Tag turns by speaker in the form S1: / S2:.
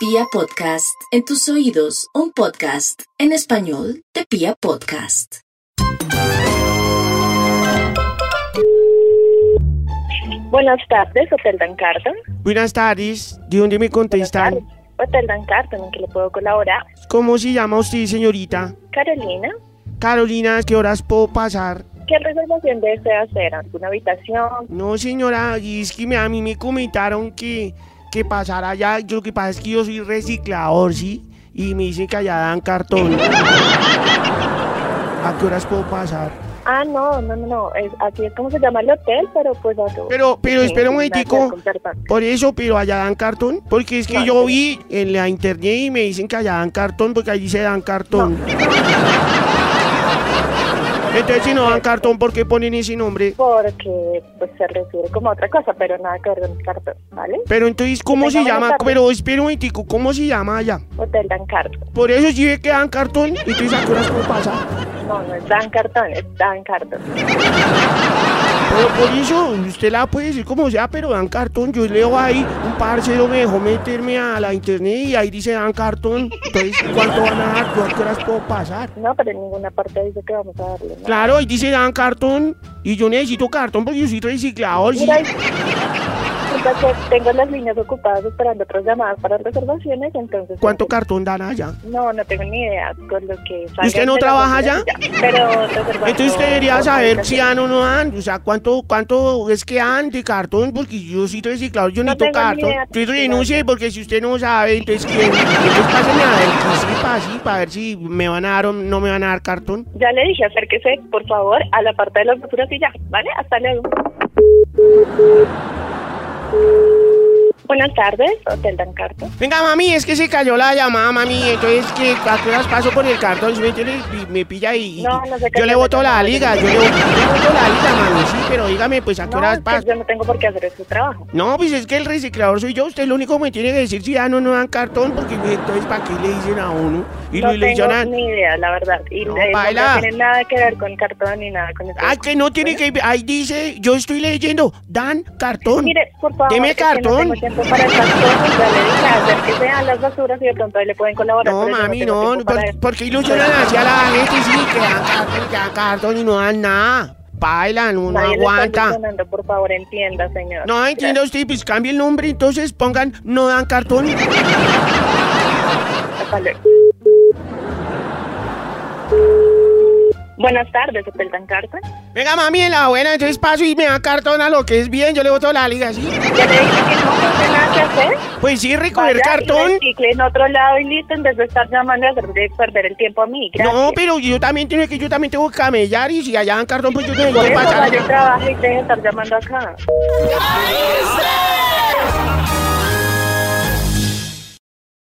S1: Pia Podcast, en tus oídos, un podcast en español de Pia Podcast.
S2: Buenas tardes, Hotel Dan Carton.
S3: Buenas tardes, ¿de dónde me contestan?
S2: Buenas tardes, Hotel Dan Carton, ¿en qué le puedo colaborar?
S3: ¿Cómo se llama usted, señorita?
S2: Carolina,
S3: Carolina, ¿qué horas puedo pasar?
S2: ¿qué reservación desea hacer? ¿Alguna habitación?
S3: No, señora, y es que me- a mí me comentaron que, que pasara allá. Yo lo que pasa es que yo soy reciclador, ¿sí? Y me dicen que allá dan cartón. ¿A qué horas puedo pasar?
S2: Ah, no, no, no, no, es, así es como se llama el hotel, pero pues... a tu-
S3: Pero, pero,
S2: Sí,
S3: espera un
S2: nada que ver
S3: momentico.
S2: con perdón.
S3: Por eso, pero allá dan cartón. Porque es que
S2: No,
S3: yo
S2: sí.
S3: vi en la internet y me dicen que allá dan cartón, porque allí se dan cartón. Entonces, si no dan cartón, ¿por qué ponen ese nombre?
S2: Porque pues se refiere como a otra cosa, pero nada que ver con el cartón, ¿vale?
S3: Pero entonces, ¿cómo
S2: Que
S3: se
S2: tenga buena
S3: llama?
S2: tarde.
S3: Pero espera un momentico, ¿cómo se llama allá?
S2: Hotel Dan Carton.
S3: Por eso sí ve que dan cartón y tú dices, ¿a qué horas puedo pasar?
S2: No, no es Dan Carton, es Dan Carton.
S3: Pero por eso, usted la puede decir como sea, pero dan cartón. Yo leo ahí, un parcero me dejó meterme a la internet y ahí dice dan cartón. Entonces, ¿cuánto van a dar? ¿Yo ¿A qué horas puedo pasar?
S2: No, pero en ninguna parte dice que vamos a darle, ¿no?
S3: Claro, ahí dice dan cartón y yo necesito cartón porque yo soy reciclador. sí.
S2: Mira, disculpa que pues, tengo las líneas ocupadas esperando otras llamadas para reservaciones, entonces... pues,
S3: ¿Cuánto cartón dan allá?
S2: No, no tengo ni idea con lo que salga
S3: usted no
S2: de la
S3: trabaja
S2: oficina, ya. Pero reservando-
S3: Entonces usted debería saber si dan o no dan, o sea, cuánto, cuánto es que dan de cartón, porque yo soy reciclador, yo
S2: No
S3: necesito
S2: tengo ni
S3: cartón.
S2: idea.
S3: Entonces renuncie, porque si usted no sabe, entonces que entonces pásenme a ver qué sepa, sí, para ver si me van a dar o no me van a dar cartón.
S2: Ya le dije, acérquese, por favor, a la parte de los futuros y ya, ¿vale? Hasta luego. Buenas tardes, Hotel Dan Carto.
S3: Venga, mami, es que se cayó la llamada, mami, entonces que a qué horas paso por el cartón, si me entiende? Y me pilla y, y-
S2: No, no se
S3: yo
S2: cayó
S3: le
S2: la
S3: voto la
S2: llamada.
S3: liga, yo le, yo le voto la liga, mami, sí, pero dígame, pues a qué
S2: No,
S3: horas
S2: es que
S3: paso.
S2: yo no tengo por qué hacer ese trabajo.
S3: No, pues es que el reciclador soy yo. Usted lo único que me tiene que decir si dan o no dan cartón, porque pues, entonces ¿para qué le dicen a uno? Y
S2: no
S3: lo le
S2: tengo
S3: dicen a-
S2: ni idea, la verdad. Y
S3: No,
S2: eh,
S3: baila.
S2: no tiene nada que ver con cartón ni nada con eso.
S3: Ah, que no tiene que... Ahí dice, yo estoy leyendo, dan cartón.
S2: Mire, por favor,
S3: Deme
S2: es que no
S3: cartón.
S2: tengo tiempo para estas cosas, ya le dije, acérquese a las basuras y de pronto ahí le pueden colaborar.
S3: No,
S2: pero yo
S3: mami,
S2: tengo
S3: no.
S2: tiempo para
S3: ¿Por,
S2: eso.
S3: ¿Por qué ilusionan así a la gente? Sí, que dan cartón, que dan cartón y no dan nada. Bailan, no
S2: Nadie le está
S3: aguanta.
S2: ilusionando, por favor, entienda, señor.
S3: No, entiendo usted, pues cambie el nombre, entonces pongan no dan cartón.
S2: Hasta luego. Buenas tardes, Hotel Dan Carton.
S3: Venga, mami, en la buena, entonces paso y me dan cartón a lo que es bien, yo le voto la liga, ¿sí?
S2: Ya le dije que no, no tiene nada que hacer.
S3: Pues sí, recoger
S2: Vaya
S3: cartón.
S2: y recicle en otro lado y listo, en vez de estar llamando y hacer de perder el tiempo a mí. Gracias.
S3: No, pero yo también tengo que yo también tengo que camellar y si allá dan cartón pues yo tengo
S2: Por
S3: que
S2: eso
S3: pasar
S2: vaya
S3: allá.
S2: y trabaja y deje de estar llamando acá.